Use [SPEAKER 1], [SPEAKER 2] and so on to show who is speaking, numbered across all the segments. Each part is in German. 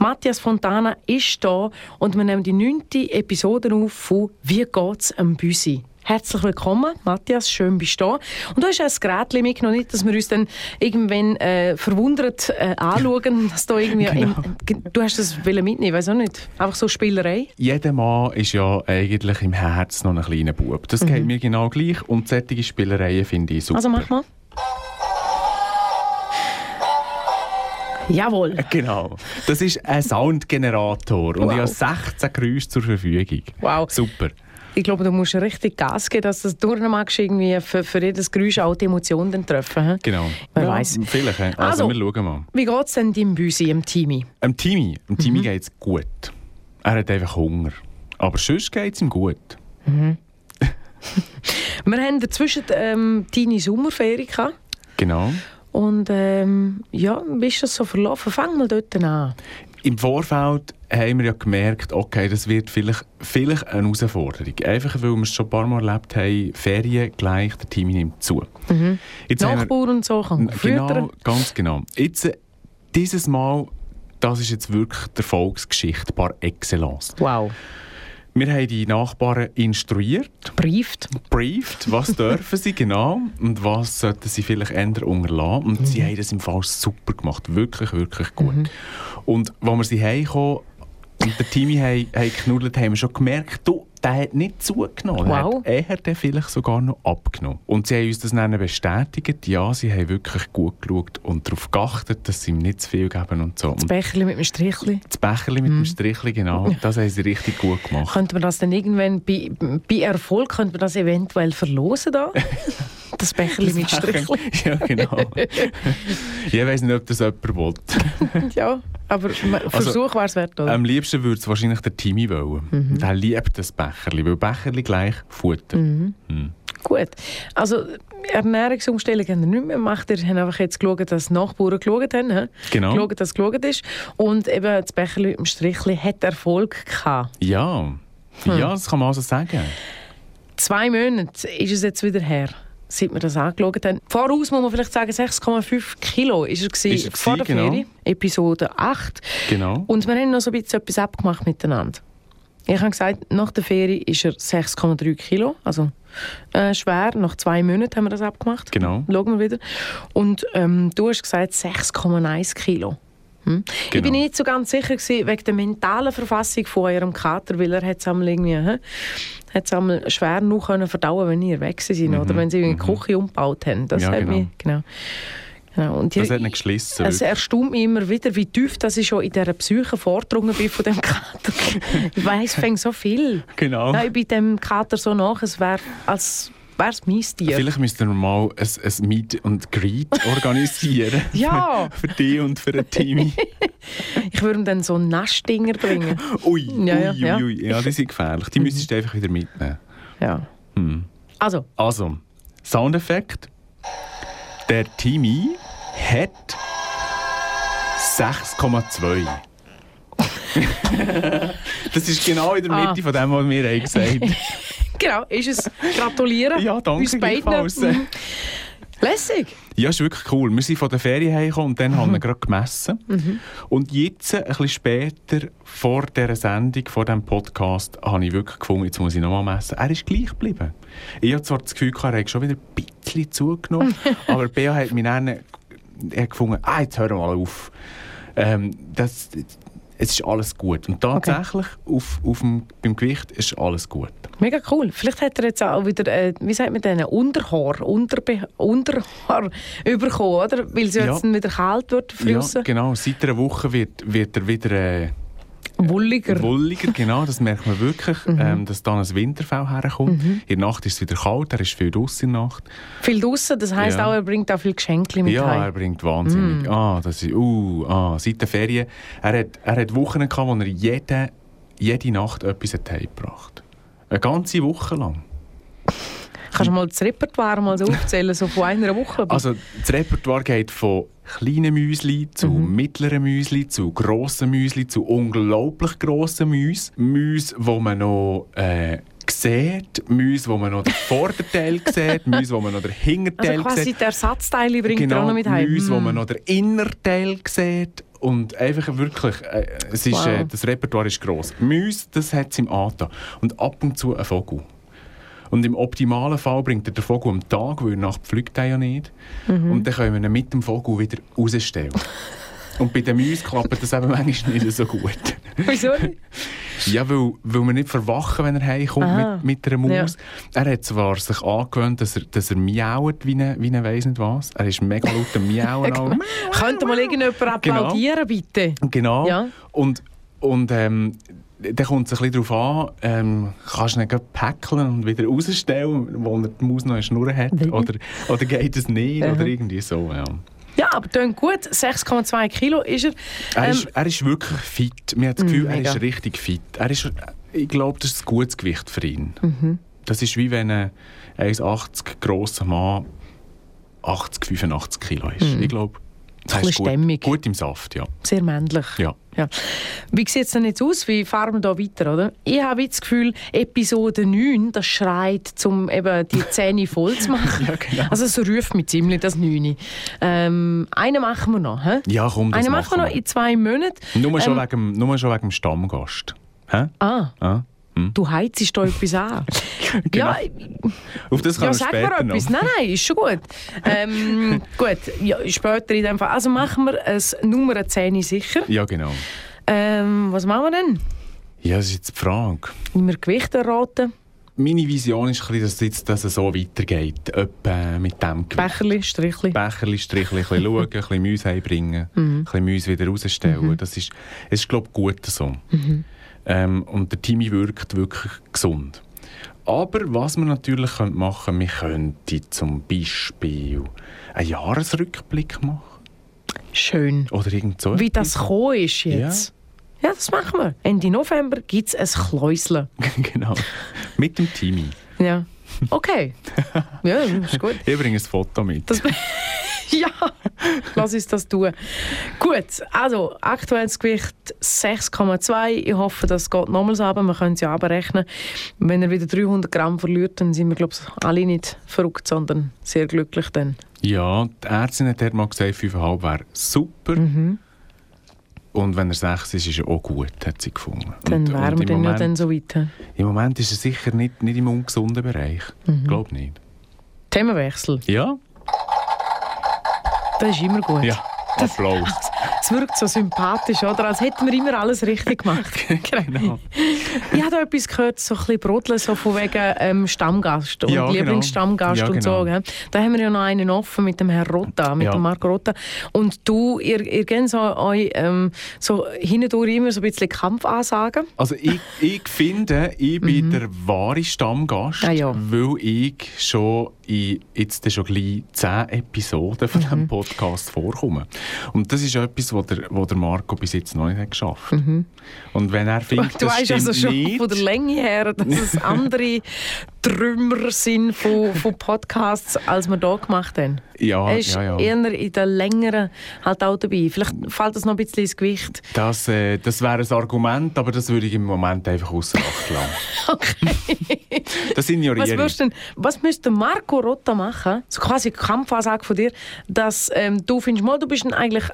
[SPEAKER 1] Matthias Fontana ist da und wir nehmen die neunte Episode auf von «Wie geht's am Büsi?». Herzlich willkommen, Matthias, schön bist du da. Und du hast auch das Gerät mitgenommen, nicht, dass wir uns dann irgendwann äh, verwundert äh, anschauen, dass da irgendwie...
[SPEAKER 2] Genau.
[SPEAKER 1] im- du hast das wollen mitnehmen, weiß auch nicht. Einfach so Spielerei.
[SPEAKER 2] Jeder Mann ist ja eigentlich im Herzen noch ein kleiner Bub. Das geht mir genau gleich und solche Spielereien finde ich super.
[SPEAKER 1] Mhm. Also mach mal. Jawohl.
[SPEAKER 2] Genau. Das ist ein Soundgenerator und ich habe 16 Geräusche zur Verfügung.
[SPEAKER 1] Wow.
[SPEAKER 2] Super.
[SPEAKER 1] Ich glaube, du musst richtig Gas geben, dass du das durchnehmen magst, irgendwie für, für jedes Geräusch auch die Emotionen dann treffen. hä?
[SPEAKER 2] Genau.
[SPEAKER 1] Wer weiss.
[SPEAKER 2] Vielleicht. hä? Also,
[SPEAKER 1] Also.
[SPEAKER 2] wir schauen mal.
[SPEAKER 1] Wie geht es denn deinem Büsi, im Timi?
[SPEAKER 2] Am Timmy, am
[SPEAKER 1] Mhm.
[SPEAKER 2] Timmy geht's gut. Er hat einfach Hunger. Aber sonst geht's ihm gut.
[SPEAKER 1] Wir haben dazwischen ähm, deine Sommerferien gehabt.
[SPEAKER 2] Genau.
[SPEAKER 1] Und ähm, ja, wie ist das so verlaufen? Fang mal dort an.
[SPEAKER 2] Im Vorfeld haben wir ja gemerkt, okay, das wird vielleicht, vielleicht eine Herausforderung. Einfach, weil wir es schon ein paar Mal erlebt haben, Ferien gleich, der Timmy nimmt zu. Jetzt haben wir-
[SPEAKER 1] Nachbarn und so kann
[SPEAKER 2] N-
[SPEAKER 1] füttern.
[SPEAKER 2] Genau, ganz genau. Jetzt, äh, dieses Mal, das ist jetzt wirklich die Erfolgsgeschichte par excellence.
[SPEAKER 1] Wow.
[SPEAKER 2] Wir haben die Nachbarn instruiert,
[SPEAKER 1] Brieft.
[SPEAKER 2] brieft, was dürfen sie genau und was sollten sie vielleicht ändern unterlassen. Und sie haben das im Fall super gemacht. Wirklich, wirklich gut. Und als wir sie heimkommen und der Timmy haben, haben geknuddelt, haben wir schon gemerkt, du, der hat nicht zugenommen.
[SPEAKER 1] Wow.
[SPEAKER 2] Der hat eher dann vielleicht sogar noch abgenommen. Und sie haben uns das dann bestätigt, ja, sie haben wirklich gut geschaut und darauf geachtet, dass sie ihm nicht zu viel geben und so. Und
[SPEAKER 1] Becherli mit dem Strichli.
[SPEAKER 2] das Becherli mit dem Strichli, genau, das haben sie richtig gut gemacht.
[SPEAKER 1] Könnte man das dann irgendwann, bei, bei Erfolg, könnte man das eventuell verlosen da? Das Becherli mit Strichli.
[SPEAKER 2] Ja, genau. ich weiß nicht, ob das jemand will.
[SPEAKER 1] Ja, aber ma-
[SPEAKER 2] Also,
[SPEAKER 1] Versuch wäre es wert, oder?
[SPEAKER 2] Am liebsten würde es wahrscheinlich der Timmy wollen.
[SPEAKER 1] Mhm.
[SPEAKER 2] Der liebt das Becherli, weil Becherli gleich Futter.
[SPEAKER 1] Mhm. Gut. Also, Ernährungsumstellung haben wir nicht mehr gemacht. Wir haben einfach jetzt geschaut, dass die Nachbarn geschaut haben. hä?
[SPEAKER 2] Genau.
[SPEAKER 1] Geschaut, dass geschaut ist. Und eben das Becherli im Strichli hat Erfolg gehabt.
[SPEAKER 2] Ja.
[SPEAKER 1] Hm.
[SPEAKER 2] ja, das kann man also sagen.
[SPEAKER 1] Zwei Monate ist es jetzt wieder her, seit wir das angeschaut haben. Voraus muss man vielleicht sagen, 6,5 Kilo ist er, gewesen,
[SPEAKER 2] Ist er
[SPEAKER 1] vor der
[SPEAKER 2] gewesen, genau.
[SPEAKER 1] Ferie. Episode 8.
[SPEAKER 2] Genau.
[SPEAKER 1] Und wir haben noch so ein bisschen etwas abgemacht miteinander. Ich habe gesagt, nach der Ferie ist er 6,3 Kilo, also äh, schwer. Nach zwei Monaten haben wir das abgemacht.
[SPEAKER 2] Genau.
[SPEAKER 1] Schauen wir wieder. Und ähm, du hast gesagt 6,1 Kilo. Hm? Ich
[SPEAKER 2] Genau.
[SPEAKER 1] bin nicht so ganz sicher gewesen, wegen der mentalen Verfassung von eurem Kater, weil er hat es einmal irgendwie, hä, hat's einmal schwer noch können verdauen, wenn ihr weg sind oder wenn sie irgendwie die Küche umgebaut haben. Das
[SPEAKER 2] Mhm, Ja,
[SPEAKER 1] hat
[SPEAKER 2] genau.
[SPEAKER 1] mich, genau. genau. Und
[SPEAKER 2] das
[SPEAKER 1] ihr-
[SPEAKER 2] hat ihn geschlissen.
[SPEAKER 1] es erstaunt mich immer wieder, wie tief dass ich schon in dieser Psyche vordrungen bin von dem Kater. ich weiss, ich fängt so viel.
[SPEAKER 2] genau.
[SPEAKER 1] Ja, ich bin dem Kater so nach, es wäre als wär's mein Tier.
[SPEAKER 2] Vielleicht müssten wir mal ein, ein Meet and Greet organisieren.
[SPEAKER 1] Ja.
[SPEAKER 2] für dich und für den Timmy.
[SPEAKER 1] Ich würde ihm dann so einen Nastdinger bringen.
[SPEAKER 2] Ui,
[SPEAKER 1] Ja, ja,
[SPEAKER 2] ui,
[SPEAKER 1] ja. Mhm.
[SPEAKER 2] ui, ui. Ja, die sind gefährlich. Die müsstest du einfach wieder mitnehmen.
[SPEAKER 1] Ja.
[SPEAKER 2] Hm.
[SPEAKER 1] Also,
[SPEAKER 2] Also, Soundeffekt. Der Timmy hat 6,2. das ist genau in der
[SPEAKER 1] Ah.
[SPEAKER 2] Mitte von dem, was wir haben gesagt haben.
[SPEAKER 1] genau, ist es. Gratulieren.
[SPEAKER 2] Ja, danke
[SPEAKER 1] uns beiden.
[SPEAKER 2] gleichfalls.
[SPEAKER 1] Mhm. Lässig.
[SPEAKER 2] Ja, ist wirklich cool. Wir sind von der Ferien heimgekommen und dann haben wir gerade gemessen. Und jetzt, ein bisschen später, vor dieser Sendung, vor diesem Podcast, habe ich wirklich gefunden, jetzt muss ich nochmal messen. Er ist gleich geblieben. Ich habe zwar das Gefühl, gehabt, er hat schon wieder ein bisschen zugenommen, aber Bea hat mich dann er hat gefunden, ah, jetzt hör mal auf. Ähm, das, es ist alles gut. Und tatsächlich, auf, auf dem, beim Gewicht ist alles gut.
[SPEAKER 1] Mega cool. Vielleicht hat er jetzt auch wieder, äh, wie sagt man denn, Unterhaar, Unterbe Unterhaar überkommen, oder? Weil es
[SPEAKER 2] Ja.
[SPEAKER 1] jetzt dann wieder kalt wird,
[SPEAKER 2] Ja,
[SPEAKER 1] draussen.
[SPEAKER 2] genau. Seit einer Woche wird, wird er wieder... Äh,
[SPEAKER 1] Wulliger.
[SPEAKER 2] Wolliger, genau, das merkt man wirklich,
[SPEAKER 1] Mhm.
[SPEAKER 2] ähm, dass da ein Winterfell herkommt. In der Nacht ist es wieder kalt, er ist viel draußen in der Nacht.
[SPEAKER 1] Viel draussen, das heisst
[SPEAKER 2] Ja.
[SPEAKER 1] auch, er bringt auch viel Geschenke mit
[SPEAKER 2] Ja, er
[SPEAKER 1] heim. Mhm.
[SPEAKER 2] bringt wahnsinnig. Ah, das ist, uh, ah, seit der Ferien. Er hat, er hat Wochen gehabt, wo er jede, jede Nacht etwas hat heimgebracht. Eine ganze Woche lang.
[SPEAKER 1] Kannst du mal das Repertoire mal so aufzählen, so von einer Woche?
[SPEAKER 2] Also, das Repertoire geht von kleinen Müsli zu
[SPEAKER 1] Mhm.
[SPEAKER 2] mittleren Müsli zu grossen Müsli zu unglaublich grossen Müs. Müs, wo man noch äh, sieht, Müs, wo man noch den Vorderteil sieht, Müs, wo man noch den
[SPEAKER 1] also
[SPEAKER 2] Hinterteil
[SPEAKER 1] quasi
[SPEAKER 2] sieht.
[SPEAKER 1] die Ersatzteile bringt er auch
[SPEAKER 2] Genau,
[SPEAKER 1] noch mit heim. Mm.
[SPEAKER 2] Müs, wo man noch den Innerteil sieht Und einfach wirklich, äh, es ist,
[SPEAKER 1] Wow.
[SPEAKER 2] äh, das Repertoire ist gross. Müs, das hat es im Anton. Und ab und zu ein Vogel. Und im optimalen Fall bringt er den Vogel am Tag, weil nach pflückt er ja nicht.
[SPEAKER 1] Mhm.
[SPEAKER 2] Und dann können wir ihn mit dem Vogel wieder rausstellen. und bei den Müs klappt das eben manchmal nicht so gut.
[SPEAKER 1] Hm. Wieso nicht?
[SPEAKER 2] Ja, weil, weil wir nicht verwachen, wenn er
[SPEAKER 1] Aha.
[SPEAKER 2] heimkommt mit, mit einer Maus. Er hat zwar sich angewöhnt, dass er, dass er miaut wie ein wie ne, weiss nicht was. Er ist mega laut am Miauen. auch.
[SPEAKER 1] Könnte Genau. mal irgendjemand applaudieren, bitte?
[SPEAKER 2] Genau.
[SPEAKER 1] Ja.
[SPEAKER 2] Und, und ähm, dann kommt es ein bisschen darauf an, ähm, kannst du ihn gleich päckeln und wieder rausstellen, wo er die Maus noch eine Schnur hat? Oder, oder geht es nicht?
[SPEAKER 1] Aha.
[SPEAKER 2] Oder irgendwie so, ja.
[SPEAKER 1] Ja, aber tönt gut. 6,2 Kilo ist er.
[SPEAKER 2] Er,
[SPEAKER 1] Ähm, Mm,
[SPEAKER 2] ist, er ist wirklich fit. Wir haben das Gefühl, er
[SPEAKER 1] mega.
[SPEAKER 2] ist richtig fit. Er ist, ich glaube, das ist ein gutes Gewicht für ihn.
[SPEAKER 1] Mhm.
[SPEAKER 2] Das ist wie wenn ein 1,80 grosser Mann 80, 85 Kilo ist. Ich glaube, das
[SPEAKER 1] Mm. bisschen
[SPEAKER 2] ist gut,
[SPEAKER 1] stämmig.
[SPEAKER 2] gut im Saft, ja.
[SPEAKER 1] sehr männlich.
[SPEAKER 2] ja.
[SPEAKER 1] Ja. Wie sieht es denn jetzt aus? Wie fahren wir da weiter, oder? Ich habe jetzt das Gefühl, Episode 9, das schreit, um eben die 10 voll zu machen.
[SPEAKER 2] Ja, genau.
[SPEAKER 1] Also so ruft mich ziemlich, das 9. Ähm, einen machen wir noch, hä?
[SPEAKER 2] Ja, komm, das
[SPEAKER 1] einen machen
[SPEAKER 2] machen
[SPEAKER 1] wir noch in zwei Monaten.
[SPEAKER 2] Nur schon,
[SPEAKER 1] Ähm,
[SPEAKER 2] wegen, dem- nur schon wegen dem Stammgast. Hä?
[SPEAKER 1] Ah,
[SPEAKER 2] Ah.
[SPEAKER 1] du heizest da etwas an. Ja,
[SPEAKER 2] Auf das kommen
[SPEAKER 1] Ja,
[SPEAKER 2] wir
[SPEAKER 1] sag
[SPEAKER 2] Genau. später
[SPEAKER 1] mir etwas.
[SPEAKER 2] noch.
[SPEAKER 1] Nein, nein, ist schon gut. Ähm, gut, ja, später in dem Fall. Also machen wir ein Nummer 10 sicher.
[SPEAKER 2] Ja, genau.
[SPEAKER 1] Ähm, was machen wir denn?
[SPEAKER 2] Ja, das ist jetzt die Frage.
[SPEAKER 1] Immer Gewicht erraten,
[SPEAKER 2] Meine Vision ist, ein bisschen, dass, jetzt, dass es so weitergeht. Etwa mit dem Gewicht.
[SPEAKER 1] Becherli, Strichli.
[SPEAKER 2] Becherli, Strichli, ein bisschen schauen, ein bisschen Müs heimbringen,
[SPEAKER 1] Mhm.
[SPEAKER 2] ein bisschen Müs wieder rausstellen. Das ist, es ist, glaube ich, gut so.
[SPEAKER 1] Mhm.
[SPEAKER 2] Ähm, und der Timmy wirkt wirklich gesund. Aber was man natürlich könnte machen wir könnten zum Beispiel einen Jahresrückblick machen.
[SPEAKER 1] Schön.
[SPEAKER 2] Oder irgend so
[SPEAKER 1] Wie
[SPEAKER 2] etwas.
[SPEAKER 1] das gekommen ist jetzt. Ja. das machen wir. Ende November gibt es ein Kläusle.
[SPEAKER 2] genau. Mit dem Timmy.
[SPEAKER 1] Ja. Okay. ja, ist gut.
[SPEAKER 2] Ich bringe ein Foto mit.
[SPEAKER 1] Das ja, lass uns das tun. Gut, also aktuelles Gewicht 6,2. Ich hoffe, das geht nochmals runter. Wir können es ja abrechnen. Wenn er wieder 300 Gramm verliert, dann sind wir, glaube ich, alle nicht verrückt, sondern sehr glücklich dann.
[SPEAKER 2] Ja, die Ärztin hat mal gesagt, 5,5 wäre super.
[SPEAKER 1] Mhm.
[SPEAKER 2] Und wenn er 6 ist, ist er auch gut, hat sie gefunden.
[SPEAKER 1] Dann
[SPEAKER 2] und,
[SPEAKER 1] wären
[SPEAKER 2] und
[SPEAKER 1] wir
[SPEAKER 2] im
[SPEAKER 1] dann ja
[SPEAKER 2] Moment,
[SPEAKER 1] dann so weit. hä?
[SPEAKER 2] Im Moment ist er sicher nicht, nicht im ungesunden Bereich.
[SPEAKER 1] Mhm.
[SPEAKER 2] Ich glaube nicht.
[SPEAKER 1] Themenwechsel,
[SPEAKER 2] Ja?
[SPEAKER 1] das ist immer gut.
[SPEAKER 2] Ja. Applaus.
[SPEAKER 1] Es wirkt so sympathisch, oder? Als hätten wir immer alles richtig gemacht.
[SPEAKER 2] genau.
[SPEAKER 1] Ich habe da etwas gehört, so ein bisschen brodeln, so von wegen ähm, Stammgast und
[SPEAKER 2] Ja, genau.
[SPEAKER 1] Lieblingsstammgast
[SPEAKER 2] Ja,
[SPEAKER 1] und
[SPEAKER 2] genau.
[SPEAKER 1] so. Gell? Da haben wir ja noch einen offen mit dem Herrn Rotta, mit
[SPEAKER 2] Ja.
[SPEAKER 1] dem Marco Rotta. Und du, ihr, ihr gebt so, euch ähm, so hindurch immer so ein bisschen Kampfansagen.
[SPEAKER 2] Also ich, ich finde, ich bin der wahre Stammgast,
[SPEAKER 1] Mhm. Ah ja.
[SPEAKER 2] weil ich schon in jetzt dann schon gleich zehn Episoden von
[SPEAKER 1] Mhm.
[SPEAKER 2] diesem Podcast vorkomme. Und das ist etwas, was der, wo der Marco bis jetzt noch nicht hat geschafft hat. Und wenn er findet,
[SPEAKER 1] Mhm. Du
[SPEAKER 2] das
[SPEAKER 1] weißt
[SPEAKER 2] stimmt
[SPEAKER 1] also schon
[SPEAKER 2] nicht,
[SPEAKER 1] von der Länge her, dass es andere Trümmer sind von, von Podcasts, als wir da gemacht haben.
[SPEAKER 2] ja,
[SPEAKER 1] Er ist
[SPEAKER 2] Ah, ja, ja.
[SPEAKER 1] eher in den längeren halt auch dabei. Vielleicht fällt das noch ein bisschen ins Gewicht.
[SPEAKER 2] Das, äh, das wäre ein Argument, aber das würde ich im Moment einfach außer Acht lassen.
[SPEAKER 1] Okay.
[SPEAKER 2] Das ignoriere
[SPEAKER 1] Was,
[SPEAKER 2] ich.
[SPEAKER 1] würdest du denn, was müsste Marco Rotta machen, so quasi Kampfansage von dir, dass ähm, du findest, mal, du bist denn eigentlich,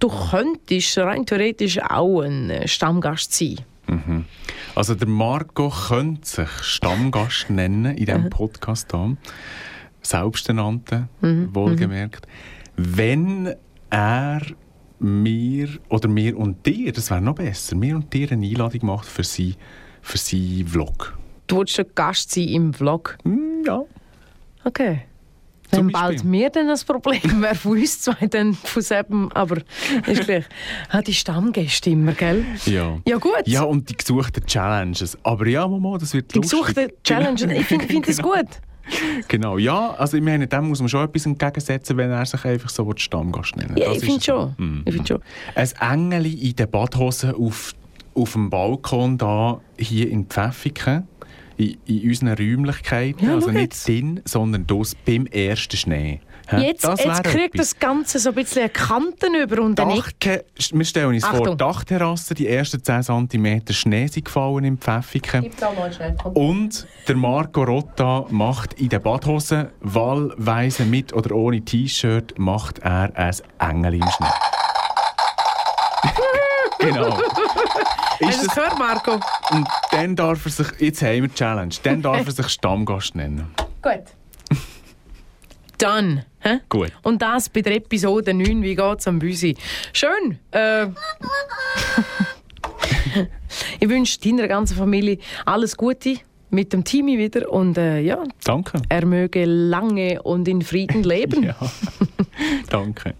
[SPEAKER 1] du könntest rein theoretisch auch ein äh, Stammgast sein.
[SPEAKER 2] Also der Marco könnte sich Stammgast nennen in diesem Podcast hier. Selbsternannte,
[SPEAKER 1] Mhm.
[SPEAKER 2] wohlgemerkt. Wenn er mir oder mir und dir, das wäre noch besser, mir und dir eine Einladung macht für sie für sie Vlog.
[SPEAKER 1] Du willst ein Gast sein im Vlog.
[SPEAKER 2] Hm, ja.
[SPEAKER 1] Okay.
[SPEAKER 2] Zum
[SPEAKER 1] Dann
[SPEAKER 2] Beispiel.
[SPEAKER 1] bald mir dann das Problem, wer von uns zwei dann von sieben, aber ist gleich. Ah, die Stammgäste immer, gell?
[SPEAKER 2] Ja.
[SPEAKER 1] Ja gut.
[SPEAKER 2] Ja, und die gesuchten Challenges. Aber ja, Mama, das wird
[SPEAKER 1] die
[SPEAKER 2] lustig.
[SPEAKER 1] gesuchte Challenge. Ich finde find das gut.
[SPEAKER 2] Genau, ja. Also ich meine, dem muss man schon etwas entgegensetzen, wenn er sich einfach so will Stammgast nennen
[SPEAKER 1] Ja,
[SPEAKER 2] Das
[SPEAKER 1] ich
[SPEAKER 2] ist
[SPEAKER 1] finde
[SPEAKER 2] es.
[SPEAKER 1] schon.
[SPEAKER 2] Mhm.
[SPEAKER 1] Ich find schon.
[SPEAKER 2] Ein Engel in den Badhosen auf, auf dem Balkon da hier in Pfäffiken. In, in unseren Räumlichkeiten.
[SPEAKER 1] Ja,
[SPEAKER 2] also
[SPEAKER 1] schau
[SPEAKER 2] nicht
[SPEAKER 1] jetzt.
[SPEAKER 2] drin, sondern das beim ersten Schnee. Hä?
[SPEAKER 1] Jetzt, jetzt
[SPEAKER 2] wäre
[SPEAKER 1] kriegt
[SPEAKER 2] etwas.
[SPEAKER 1] das Ganze so ein bisschen eine Kanten über und eine
[SPEAKER 2] Dachke, wir stellen uns vor,
[SPEAKER 1] Achtung.
[SPEAKER 2] Dachterrasse, die ersten 10 cm Schnee sind gefallen in Pfäffiken. Und der Marco Rotta macht in den Badhosen, wahlweise mit oder ohne T-Shirt, macht er ein Engel im Schnee. Genau.
[SPEAKER 1] Hast du
[SPEAKER 2] Ist
[SPEAKER 1] das
[SPEAKER 2] das,
[SPEAKER 1] gehört, Marco?
[SPEAKER 2] und dann darf er sich, jetzt haben wir die Challenge, dann darf er sich Stammgast nennen.
[SPEAKER 1] Gut. Done. Hä?
[SPEAKER 2] Gut.
[SPEAKER 1] Und das bei der Episode 9, wie geht's am Büsi? Schön. Äh, ich wünsche deiner ganzen Familie alles Gute mit dem Teamie wieder und äh, ja,
[SPEAKER 2] Danke.
[SPEAKER 1] er möge lange und in Frieden leben.
[SPEAKER 2] Ja. Danke.